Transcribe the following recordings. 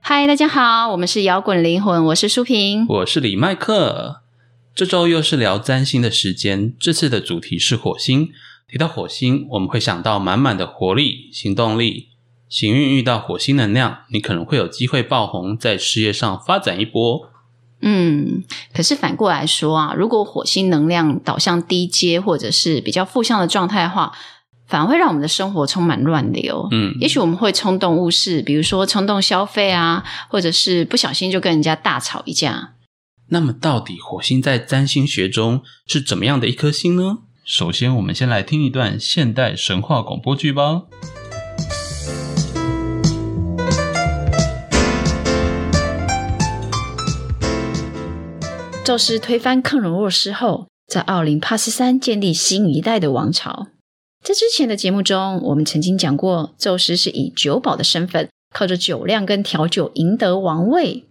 嗨，大家好，我们是摇滚灵魂，我是舒平。我是李麦克，这周又是聊占星的时间。这次的主题是火星。提到火星，我们会想到满满的活力、行动力。行运遇到火星能量，你可能会有机会爆红，在事业上发展一波。嗯，可是反过来说啊，如果火星能量导向低阶或者是比较负向的状态的话，反而会让我们的生活充满乱流。嗯，也许我们会冲动误事，比如说冲动消费啊，或者是不小心就跟人家大吵一架。那么，到底火星在占星学中是怎么样的一颗星呢？首先，我们先来听一段现代神话广播剧吧。宙斯推翻克隆洛斯后，在奥林帕斯山建立新一代的王朝。在之前的节目中，我们曾经讲过，宙斯是以酒保的身份，靠着酒量跟调酒赢得王位。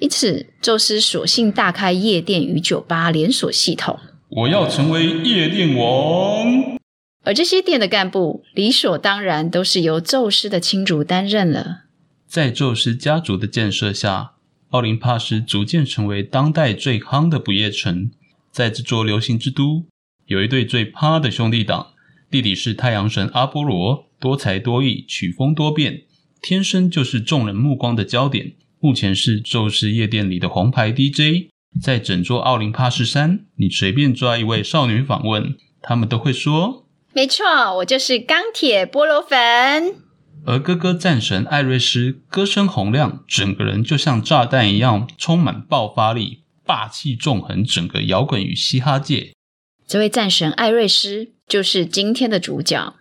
因此，宙斯索性大开夜店与酒吧连锁系统，我要成为夜店王。而这些店的干部理所当然都是由宙斯的亲族担任了。在宙斯家族的建设下，奥林帕斯逐渐成为当代最夯的不夜城。在这座流行之都，有一对最趴的兄弟党，弟弟是太阳神阿波罗，多才多艺，曲风多变，天生就是众人目光的焦点。目前是宙斯夜店里的红牌 DJ，在整座奥林帕斯山，你随便抓一位少女访问，他们都会说没错，我就是钢铁菠萝粉。而哥哥战神艾瑞斯歌声洪亮，整个人就像炸弹一样，充满爆发力，霸气纵横整个摇滚与嘻哈界。这位战神艾瑞斯就是今天的主角，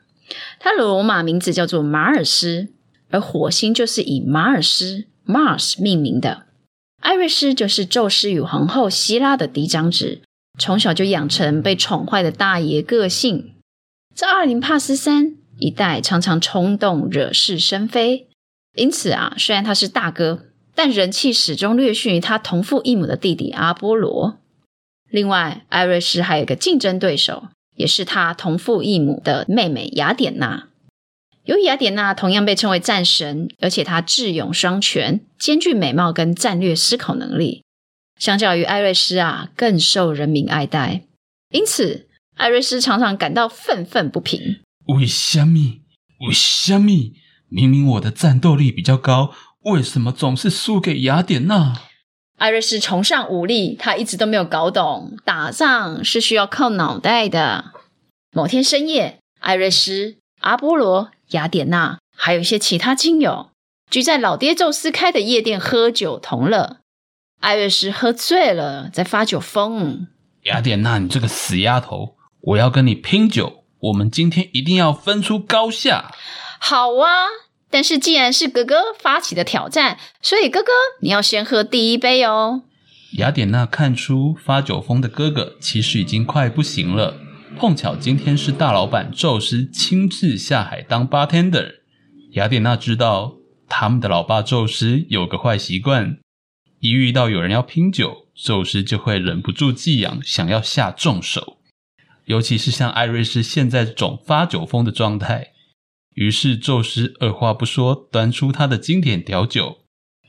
他的罗马名字叫做马尔斯，而火星就是以马尔斯 （Mars） 命名的。艾瑞斯就是宙斯与皇后希拉的嫡长子，从小就养成被宠坏的大爷个性。这奥林帕斯山一带常常冲动惹是生非，因此啊，虽然他是大哥，但人气始终略逊于他同父异母的弟弟阿波罗。另外，艾瑞斯还有一个竞争对手，也是他同父异母的妹妹雅典娜。由于雅典娜同样被称为战神，而且她智勇双全，兼具美貌跟战略思考能力，相较于艾瑞斯啊，更受人民爱戴。因此，艾瑞斯常常感到愤愤不平。为什么？为什么？明明我的战斗力比较高，为什么总是输给雅典娜？艾瑞斯崇尚武力，他一直都没有搞懂打仗是需要靠脑袋的。某天深夜，艾瑞斯、阿波罗、雅典娜，还有一些其他亲友，聚在老爹宙斯开的夜店喝酒同乐。艾瑞斯喝醉了，在发酒疯。雅典娜，你这个死丫头，我要跟你拼酒！我们今天一定要分出高下。好啊，但是既然是哥哥发起的挑战，所以哥哥你要先喝第一杯哦。雅典娜看出发酒疯的哥哥其实已经快不行了，碰巧今天是大老板宙斯亲自下海当 bartender。雅典娜知道他们的老爸宙斯有个坏习惯，一遇到有人要拼酒，宙斯就会忍不住寄养，想要下重手。尤其是像艾瑞斯现在这种发酒疯的状态，于是宙斯二话不说，端出他的经典调酒，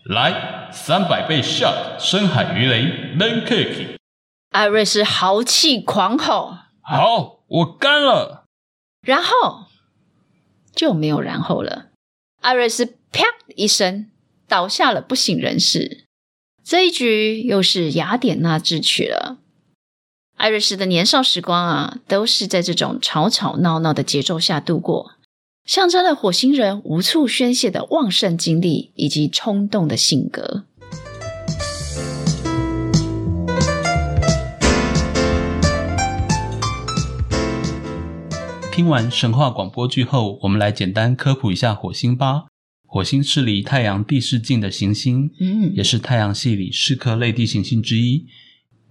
来，三百倍 shot，深海鱼雷 l e n c a k e 艾瑞斯豪气狂吼，好，我干了。然后就没有然后了。艾瑞斯啪一声倒下了，不省人事。这一局又是雅典娜智取了。艾瑞斯的年少时光啊，都是在这种吵吵闹闹的节奏下度过，象征了火星人无处宣泄的旺盛精力以及冲动的性格。听完神话广播剧后，我们来简单科普一下火星吧。火星是离太阳地势近的行星，嗯也是太阳系里适克类地行星之一。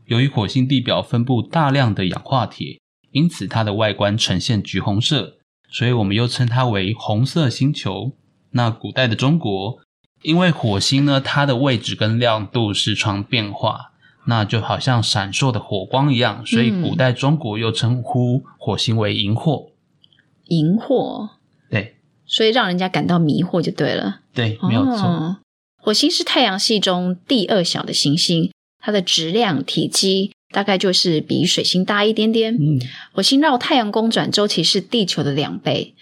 由于火星地表分布大量的氧化铁，因此它的外观呈现橘红色，所以我们又称它为红色星球。那古代的中国，因为火星呢，它的位置跟亮度时常变化，那就好像闪烁的火光一样，所以嗯古代中国又称呼火星为荧惑。荧惑，对所以让人家感到迷惑就对了。对，没有错。哦。火星是太阳系中第二小的行星，它的质量、体积大概就是比水星大一点点。嗯，火星绕太阳公转周期是地球的两倍。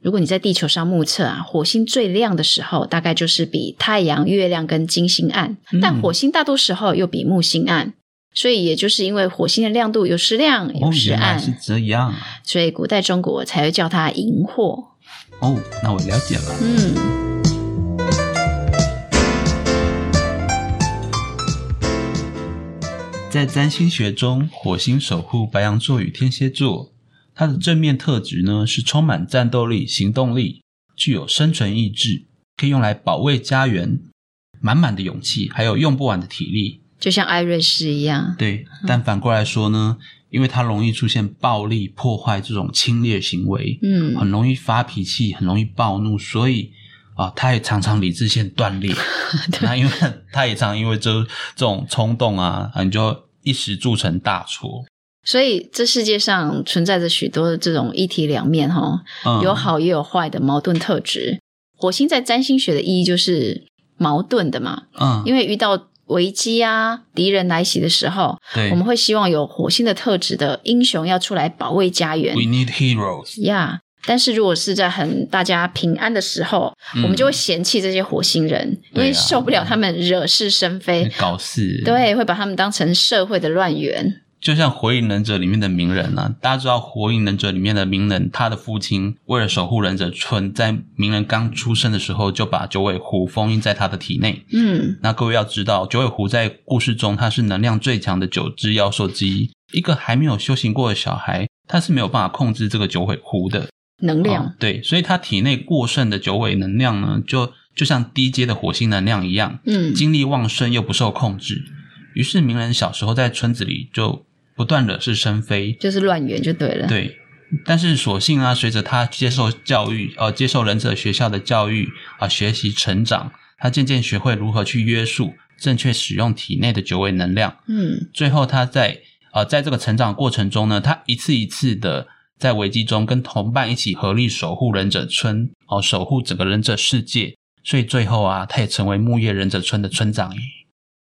如果你在地球上目测啊，火星最亮的时候大概就是比太阳、月亮跟金星暗，嗯但火星大多时候又比木星暗。所以也就是因为火星的亮度有时亮有哦，时原来暗，是这样啊。所以古代中国才会叫它荧惑。哦，那我了解了。嗯。在占星学中，火星守护白羊座与天蝎座，它的正面特质呢是充满战斗力、行动力，具有生存意志，可以用来保卫家园，满满的勇气，还有用不完的体力。就像艾瑞斯一样，对，但反过来说呢，因为它容易出现暴力、破坏这种侵略行为，嗯，很容易发脾气，很容易暴怒，所以啊，他也常常理智线断裂。 那 因为他也常因为这这种冲动啊，啊你就一时铸成大错。所以这世界上存在着许多这种一体两面哈，嗯，有好也有坏的矛盾特质。火星在占星学的意义就是矛盾的嘛，嗯，因为遇到危机啊、敌人来袭的时候，对我们会希望有火星的特质的英雄要出来保卫家园 we need heroes，呀。但是如果是在很大家平安的时候，嗯我们就会嫌弃这些火星人，因对为啊受不了他们惹是生非，搞事。，对，会把他们当成社会的乱源。 就像《火影忍者》里面的鸣人啊，大家知道《火影忍者》里面的鸣人，他的父亲为了守护忍者村，在鸣人刚出生的时候就把九尾狐封印在他的体内。嗯那各位要知道，九尾狐在故事中它是能量最强的九只妖兽之一。一个还没有修行过的小孩，他是没有办法控制这个九尾狐的。，能量、哦对，所以它体内过剩的九尾能量呢，就就像低阶的火星能量一样，嗯精力旺盛又不受控制。于是鸣人小时候在村子里就不断惹是生非，就是乱源就对了。，对。但是所幸啊，随着他接受教育，呃，接受忍者学校的教育啊、学习成长，他渐渐学会如何去约束、正确使用体内的九尾能量，嗯最后他在呃在这个成长过程中呢，他一次一次的在危机中跟同伴一起合力守护忍者村，哦，守护整个忍者世界。所以最后啊，他也成为木叶忍者村的村长耶。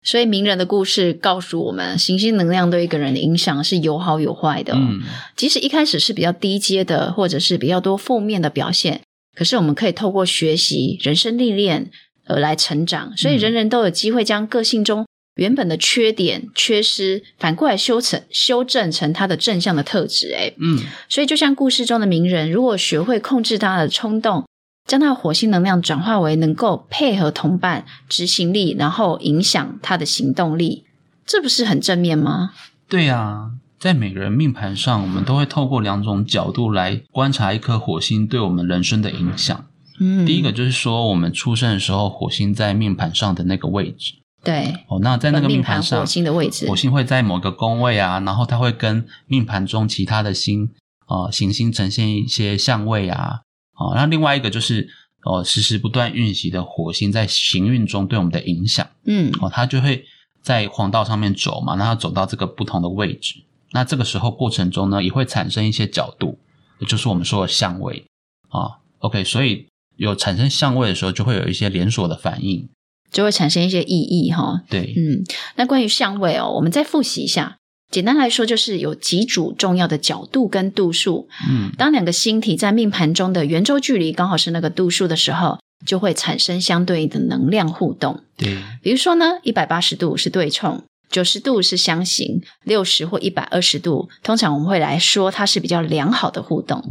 所以名人的故事告诉我们，行星能量对一个人的影响是有好有坏的、哦嗯，即使一开始是比较低阶的，或者是比较多负面的表现，可是我们可以透过学习、人生历练而来成长。所以人人都有机会将个性中原本的缺点、缺失，反过来修成、修正成他的正向的特质。哎，嗯，所以，就像故事中的名人，如果学会控制他的冲动，将他的火星能量转化为能够配合同伴、执行力，然后影响他的行动力，这不是很正面吗？对啊，在每个人命盘上，我们都会透过两种角度来观察一颗火星对我们人生的影响。嗯，第一个就是说，我们出生的时候，火星在命盘上的那个位置。对，哦，那在那个本命命盘盘上，火星的位置火，星会在某个宫位啊，然后它会跟命盘中其他的星呃行星呈现一些相位啊，哦，那另外一个就是呃时时不断运行的火星在行运中对我们的影响嗯哦，它就会在黄道上面走嘛，那它走到这个不同的位置，那这个时候过程中呢也会产生一些角度，也就是我们说的相位啊、OK，所以有产生相位的时候，就会有一些连锁的反应，就会产生一些意义哈。对，嗯，那关于相位哦，我们再复习一下。简单来说，就是有几组重要的角度跟度数，嗯当两个星体在命盘中的圆周距离刚好是那个度数的时候，就会产生相对应的能量互动。对，比如说呢，一百八十度是对冲，九十度是相刑，六十或一百二十度，通常我们会来说它是比较良好的互动。哦，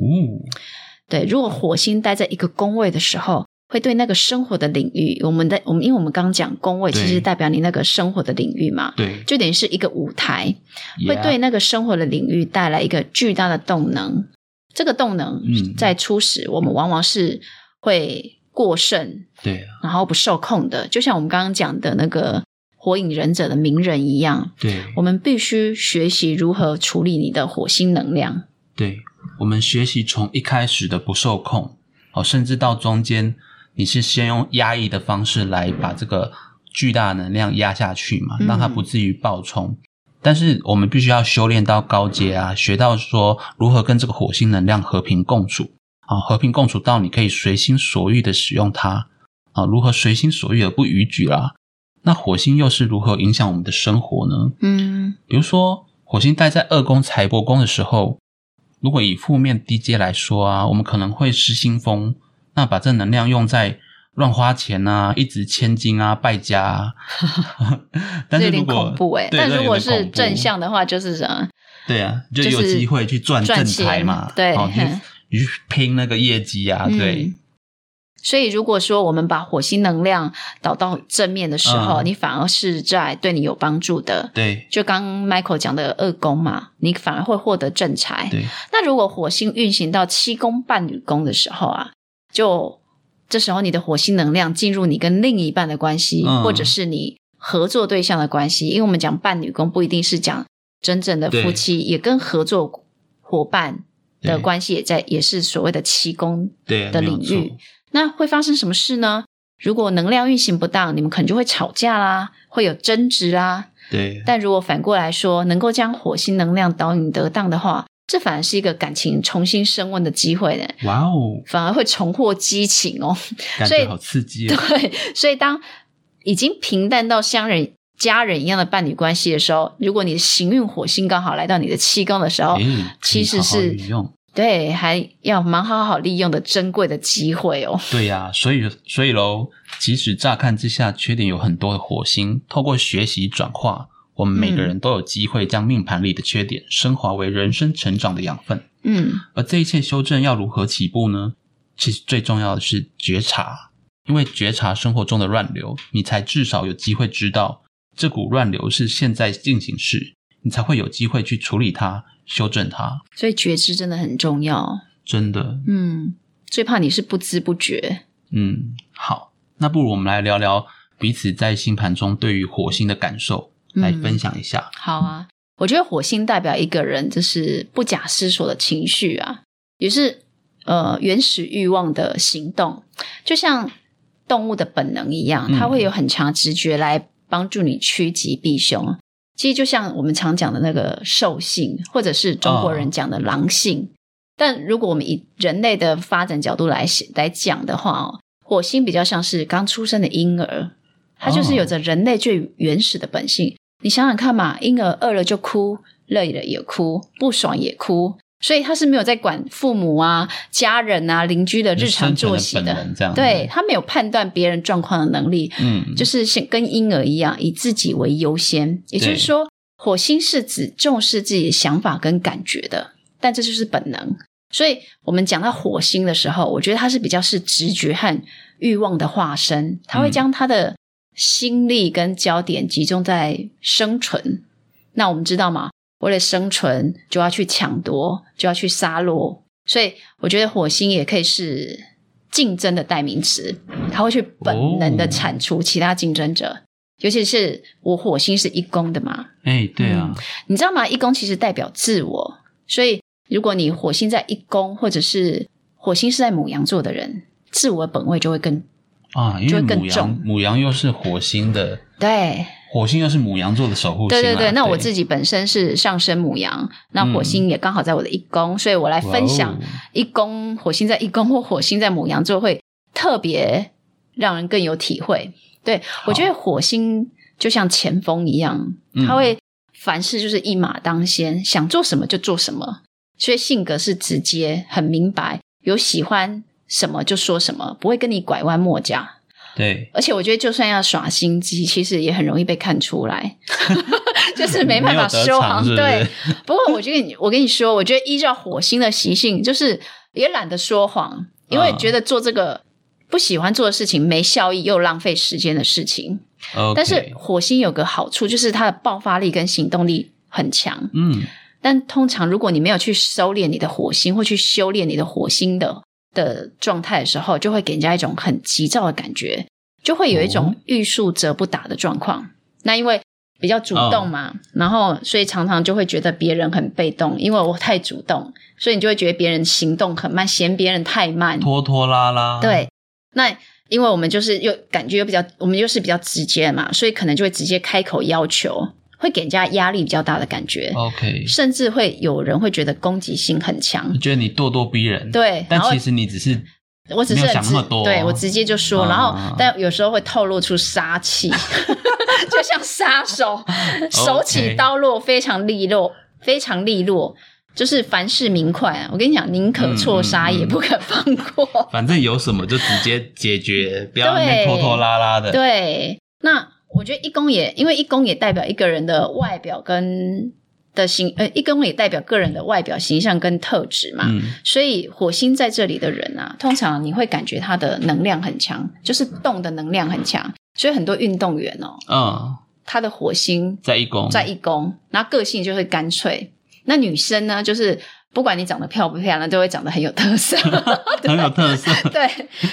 对，如果火星待在一个宫位的时候，会对那个生活的领域，我们的我们因为我们刚刚讲宫位，对其实代表你那个生活的领域嘛，对，啊就等于是一个舞台。会 yeah 对那个生活的领域带来一个巨大的动能。这个动能嗯在初始，我们往往是会过剩，对啊，然后不受控的，就像我们刚刚讲的那个火影忍者的鸣人一样，对我们必须学习如何处理你的火星能量。对，我们学习从一开始的不受控，哦，甚至到中间，你是先用压抑的方式来把这个巨大的能量压下去嘛，嗯让它不至于爆冲。但是我们必须要修炼到高阶啊，学到说如何跟这个火星能量和平共处啊，和平共处到你可以随心所欲的使用它啊，如何随心所欲而不逾矩啦、那火星又是如何影响我们的生活呢？嗯比如说，火星待在二宫财帛宫的时候，如果以负面低阶来说啊，我们可能会失心疯，那把这能量用在乱花钱啊、一掷千金啊、败家 啊。但这是有如点果恐怖哎、对但这有如点果是恐怖正向的话，就是什么？对啊，就就有是机会去赚赚正财钱嘛，对哦，哼你去你 去拼那个业绩啊，对嗯，所以，如果说我们把火星能量导到正面的时候，嗯你反而是在对你有帮助的。对就刚 Michael 讲的二宫嘛，你反而会获得正财。对那如果火星运行到七宫伴侣宫的时候啊，就这时候你的火星能量进入你跟另一半的关系，嗯或者是你合作对象的关系，因为我们讲伴侣宫不一定是讲真正的夫妻，也跟合作伙伴的对关系也在，也是所谓的七宫。对的没有领错域那会发生什么事呢？如果能量运行不当，你们可能就会吵架啦，会有争执啦，对但如果反过来说，能够将火星能量导引得当的话，这反而是一个感情重新升温的机会呢，哇哦，反而会重获激情哦。 感所以觉好刺激啊！对，所以当已经平淡到像人家人一样的伴侣关系的时候，如果你的行运火星刚好来到你的七宫的时候，诶可以哦其实好好是运用对，还要蛮好好利用的珍贵的机会哦。对呀、所以所以喽，即使乍看之下缺点有很多的火星，透过学习转化，我们每个人都有机会将命盘里的缺点升华为人生成长的养分。嗯而这一切修正要如何起步呢？其实最重要的是觉察，因为觉察生活中的乱流，你才至少有机会知道这股乱流是现在进行式，你才会有机会去处理它、修正它。所以觉知真的很重要。哦真的，嗯，最怕你是不知不觉。嗯，好，那不如我们来聊聊彼此在星盘中对于火星的感受，来嗯分享一下。好啊，我觉得火星代表一个人就是不假思索的情绪啊，也是呃原始欲望的行动，就像动物的本能一样，嗯它会有很强的直觉来帮助你趋吉避凶。其实就像我们常讲的那个兽性，或者是中国人讲的狼性。但如果我们以人类的发展角度来来讲的话哦，火星比较像是刚出生的婴儿，它就是有着人类最原始的本性。你想想看嘛，婴儿饿了就哭，累了也哭，不爽也哭，所以他是没有在管父母啊、家人啊、邻居的日常作息生存的本能这样对他没有判断别人状况的能力，嗯，就是先跟婴儿一样，以自己为优先。也就是说，火星是指重视自己的想法跟感觉的，但这就是本能。所以我们讲到火星的时候，我觉得它是比较是直觉和欲望的化身，它会嗯将它的心力跟焦点集中在生存。那我们知道嘛，为了生存就要去抢夺，就要去杀戮，所以我觉得火星也可以是竞争的代名词，它会去本能的哦铲除其他竞争者。尤其是我火星是一宫的嘛，哎、对啊，你知道吗？一宫其实代表自我，所以如果你火星在一宫，或者是火星是在母羊座的人，自我本位就会更啊，因就为会更母羊重母羊又是火星的，对。火星又是母羊座的守护星啊对啦、对对，那我自己己本身是上升母羊，那火星也刚好在我的一宫，所以我来分哦享一宫火星在一宫或火星在母羊座会特别让人更有体会。对我觉得火星就像前锋一样，嗯他会凡事就是一马当先，想做什么就做什么，所以性格是直接、很明白，有喜欢什么就说什么，不会跟你拐弯抹角。对，而且我觉得，就算要耍心机，其实也很容易被看出来， 就是没办法没有得收藏行。是不是对，不过我觉得你，我跟你说，我觉得依照火星的习性，就是也懒得说谎，因为嗯觉得做这个不喜欢做的事情没效益又浪费时间的事情。 o k 但是火星有个好处，就是它的爆发力跟行动力很强。嗯，但通常，如果你没有去收敛你的火星，或去修炼你的火星的的状态的时候，就会给人家一种很急躁的感觉，就会有一种欲速则不达的状况。那因为比较主动嘛，然后所以常常就会觉得别人很被动，因为我太主动，所以你就会觉得别人行动很慢，嫌别人太慢。拖拖拉拉，，对，那因为我们就是又感觉又比较，我们又是比较直接嘛，所以可能就会直接开口要求，会给人家压力比较大的感觉，哦，OK，甚至会有人会觉得攻击性很强你。觉得你咄咄逼人，，对，嗯但然后其实你只是我只没是有很想直那么多对我直接就说，啊然后但有时候会透露出杀气， 就像 杀手，手起刀落，非常利落，非常利落。就是凡事明快啊！我跟你讲，宁可错杀嗯嗯嗯也不肯放过。反正有什么就直接解决，不要在那边拖拖拉拉的。对，那我觉得一公也，因为一公也代表一个人的外表跟的形，呃，一公也代表个人的外表形象跟特质嘛。嗯，所以火星在这里的人啊，通常你会感觉他的能量很强，就是动的能量很强。所以很多运动员哦，嗯，他的火星在一公，在一宫，然后个性就会干脆。那女生呢，就是不管你长得漂不漂亮，都会长得很有特色。 很有特色。对，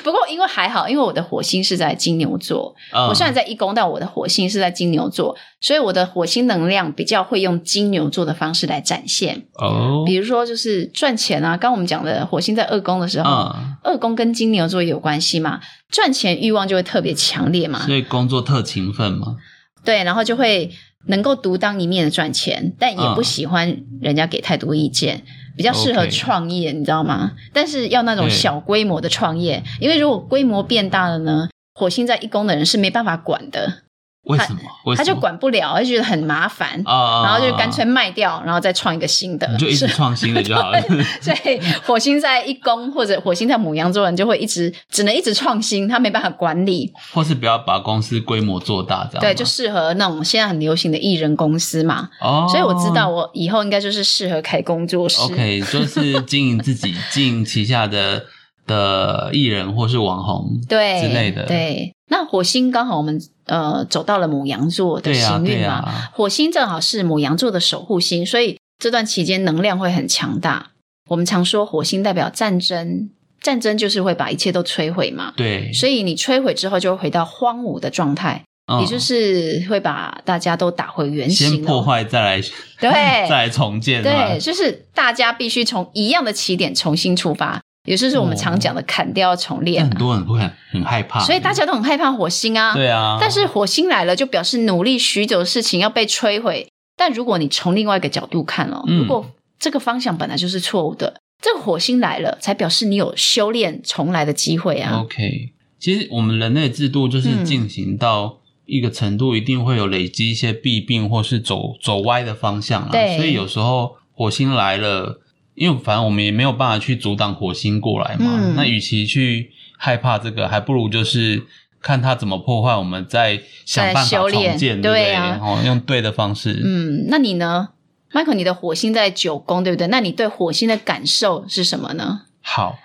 不过因为还好，因为我的火星是在金牛座，嗯我虽然在一宫，但我的火星是在金牛座，所以我的火星能量比较会用金牛座的方式来展现。哦，比如说，就是赚钱啊，刚刚我们讲的火星在二宫的时候，嗯，二宫跟金牛座有关系嘛，赚钱欲望就会特别强烈嘛，所以工作特勤奋嘛，对，然后就会能够独当一面的赚钱，但也嗯不喜欢人家给太多意见，比较适合 OK 创业你知道吗？但是要那种对小规模的创业，因为如果规模变大了呢，火星在一宫的人是没办法管的，为什么？为他什就么管不了，他就觉得很麻烦，啊，然后就干脆卖掉，然后再创一个新的，你就一直 是创新的就 好了。所以火星在一宫或者火星在母羊座的人就会一直只能一直创新，他没办法管理， 或是不要把公司规模做大，这样吗对，就适合那种现在很流行的艺人公司嘛。哦，所以我知道我以后应该就是适合开工作室。 OK，就是经营自己经营旗下的的艺人或是网 红对之类的，对，那火星刚好我们呃走到了母羊座的对呀行对啊运嘛，呀，火星正好是母羊座的守护星，所以这段期间能量会很强大。我们常说火星代表战争，战争就是会把一切都摧毁嘛。对，所以你摧毁之后，就会回到荒芜的状态，嗯也就是会把大家都打回原形、哦。先破坏再来，对 再来重建，对，，就是大家必须从一样的起点重新出发，也就是我们常讲的砍掉重但练、哦啊很多人会很很害怕，所以大家都很害怕火星啊。对啊，但是火星来了，就表示努力许久的事情要被摧毁。但如果你从另外一个角度看哦，嗯如果这个方向本来就是错误的，这个火星来了，才表示你有修炼重来的机会哦啊。嗯 OK，其实我们人类制度就是进行到一个程度，一定会有累积一些弊病或是走走歪的方向啦。啊对所以有时候火星来了，因为反正我们也没有办法去阻挡火星过来嘛。嗯那与其去害怕这个，还不如就是。看它怎么破坏，我们再想办再法修重炼建，对不对对？啊然后用对的方式。嗯，那你呢，Michael？你的火星在九宫，对不对？那你对火星的感受是什么呢？好，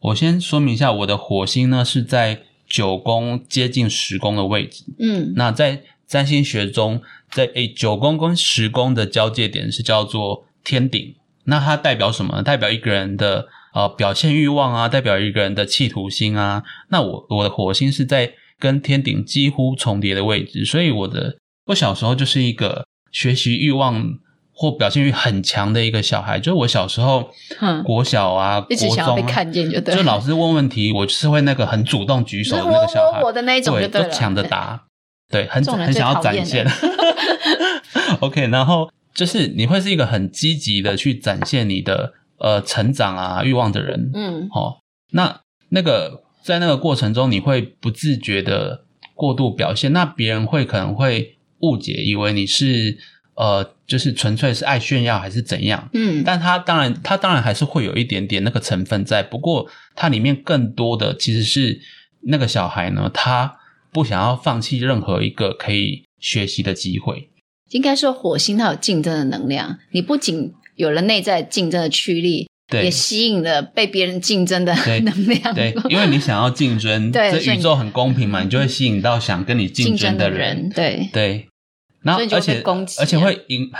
我先说明一下，我的火星呢是在九宫接近十宫的位置，嗯那在占星学中，在诶九宫跟十宫的交界点是叫做天顶。那它代表什么呢？代表一个人的呃表现欲望啊，代表一个人的企图心啊。那我我的火星是在跟天顶几乎重叠的位置，所以我的我小时候就是一个学习欲望或表现欲很强的一个小孩。就是我小时候嗯，国小啊，一直国想要被中啊看见就对了就老师问问题，我就是会那个很主动举手就是的我那个小孩，我我的那一种就对，对都了。抢着 答，对，很这种人很想要最讨展厌现。OK，然 后就是你会是一个很积极的去展现你的呃成长啊欲望的人嗯，哦。那那个在那个过程中，你会不自觉的过度表现，那别人会可能会误解，以为你是呃就是纯粹是爱炫耀还是怎样。嗯，但它当然，它当然还是会有一点点那个成分在，不过它里面更多的其实是那个小孩呢，他不想要放弃任何一个可以学习的机会。应该说火星它有竞争的能量，你不仅有了内在竞争的驱力，对也吸引了被别人竞争的对 能量。对，因为你想要竞争，对这所以宇你宙很公平嘛，你就会吸引到想跟你竞争争的人。人，对，对，然后所以你就而会被且攻击啊而且会赢，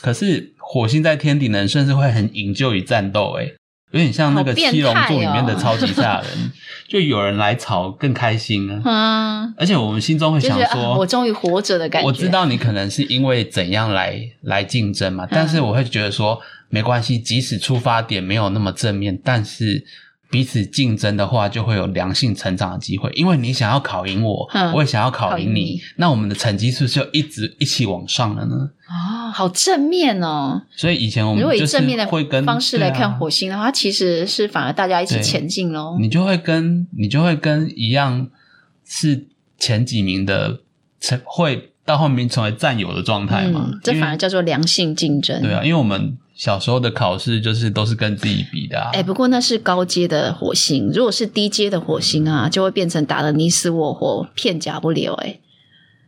可是火星在天顶的人甚至会很引咎于战斗、欸，有点像那个好《变态七龙珠》里面的哦超级吓人，就有人来吵更开心 啊。嗯，而且我们心中会就想觉得、说，啊、我终于活着的感觉。我知道你可能是因为怎样来来竞争嗯嘛，但是我会觉得说没关系，即使出发点没有那么正面，但是彼此竞争的话，就会有良性成长的机会。因为你想要考赢我，嗯我也想要考考赢赢你你，那我们的成绩是不是就一直一起往上了呢？哦，好正面哦。所以以前我如们果以就是正面的会跟啊方式来看火。火星的话，它其实是反而大家一起对前进喽。你就会跟你就会跟一样是前几名的，成会到后面成为战友的状态嘛、嗯，这因为反而叫做良性竞争。对啊，因为我们小时候的考试就是都是跟自己比的、啊，哎，不过那是高阶的火星，如果是低阶的火星啊，就会变成打得你死我活，片甲不留、哎，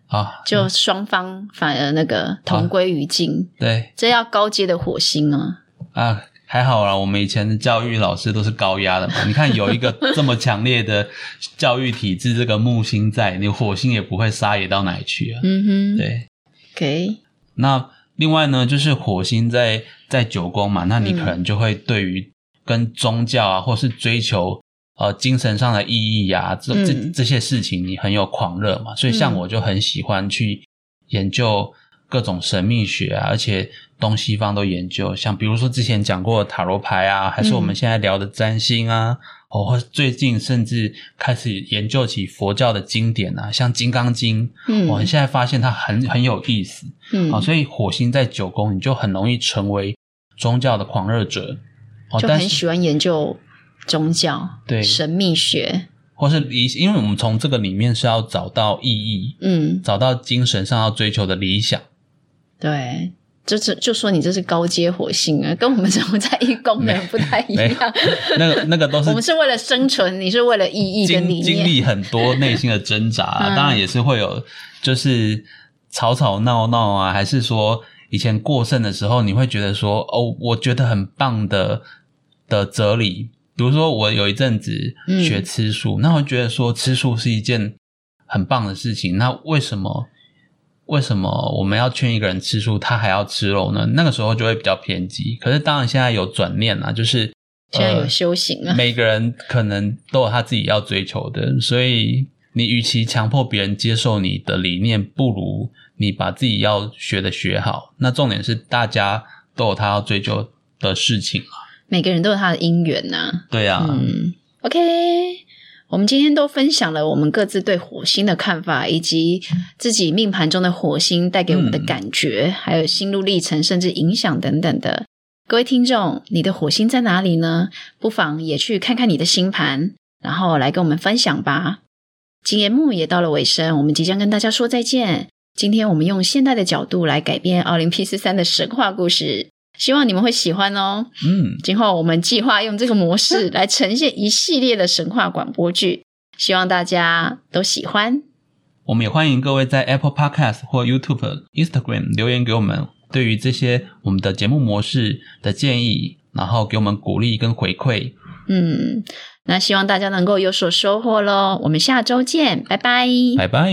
啊，就双方反而那个同归于尽。对这要高阶的火星啊，啊。还好啦，我们以前的教育老师都是高压的嘛。你看有一个这么强烈的教育体制，这个木星在，你火星也不会撒野到哪里去啊。嗯哼对， ，OK，那另外呢，就是火星在在九宫嘛，那你可能就会对于跟宗教啊，或是追求呃精神上的意义啊，这这嗯这些事情，你很有狂热嘛。所以像嗯我就很喜欢去研究各种神秘学啊，而且东西方都研究，像比如说之前讲过的塔罗牌啊，还是我们现在聊的占星嗯啊。哦，或是最近甚至开始研究起佛教的经典啊，像《金刚经》嗯我现在发现它很很有意思。嗯，哦，所以火星在九宫，你就很容易成为宗教的狂热者，哦，就但很是喜欢研究宗教、对神秘学，或是理，因为我们从这个里面是要找到意义，嗯，找到精神上要追求的理想。对。就是就说你这是高阶火星啊，跟我们这种在义工的人不太一没有样。哎 那个那个都我们是是为了生存，你是为了意义跟经 理经念。历很多内心的挣扎、啊，嗯当然也是会有就是吵吵闹闹啊，还是说以前过剩的时候，你会觉得说哦，我觉得很棒的的哲理。比如说，我有一阵子嗯学吃素，那我觉得说吃素是一件很棒的事情。那为什么为什么我们要劝一个人吃素，他还要吃肉呢？那个时候就会比较偏激。可是当然现在有转念啦，就是现在有呃修行 啊了，每个人可能都有他自己要追求的，所以你与其强迫别人接受你的理念，不如你把自己要学的学好。那重点是大家都有他要追求的事情啊，每个人都有他的因缘呐、对啊，嗯，OK，我们今天都分享了我们各自对火星的看法，以及自己命盘中的火星带给我们的感觉，还有心路历程，甚至影响等等的。各位听众，你的火星在哪里呢？不妨也去看看你的星盘，然后来跟我们分享吧。节目也到了尾声，我们即将跟大家说再见。今天我们用现代的角度来改编奥林匹斯山的神话故事，希望你们会喜欢哦。嗯，今后我们计划用这个模式来呈现一系列的神话广播剧，希望大家都喜欢。我们也欢迎各位在 Apple Podcast 或 YouTube、Instagram 留言给我们对于这些我们的节目模式的建议，然后给我们鼓励跟回馈。嗯，那希望大家能够有所收获喽。我们下周见，拜拜。拜拜。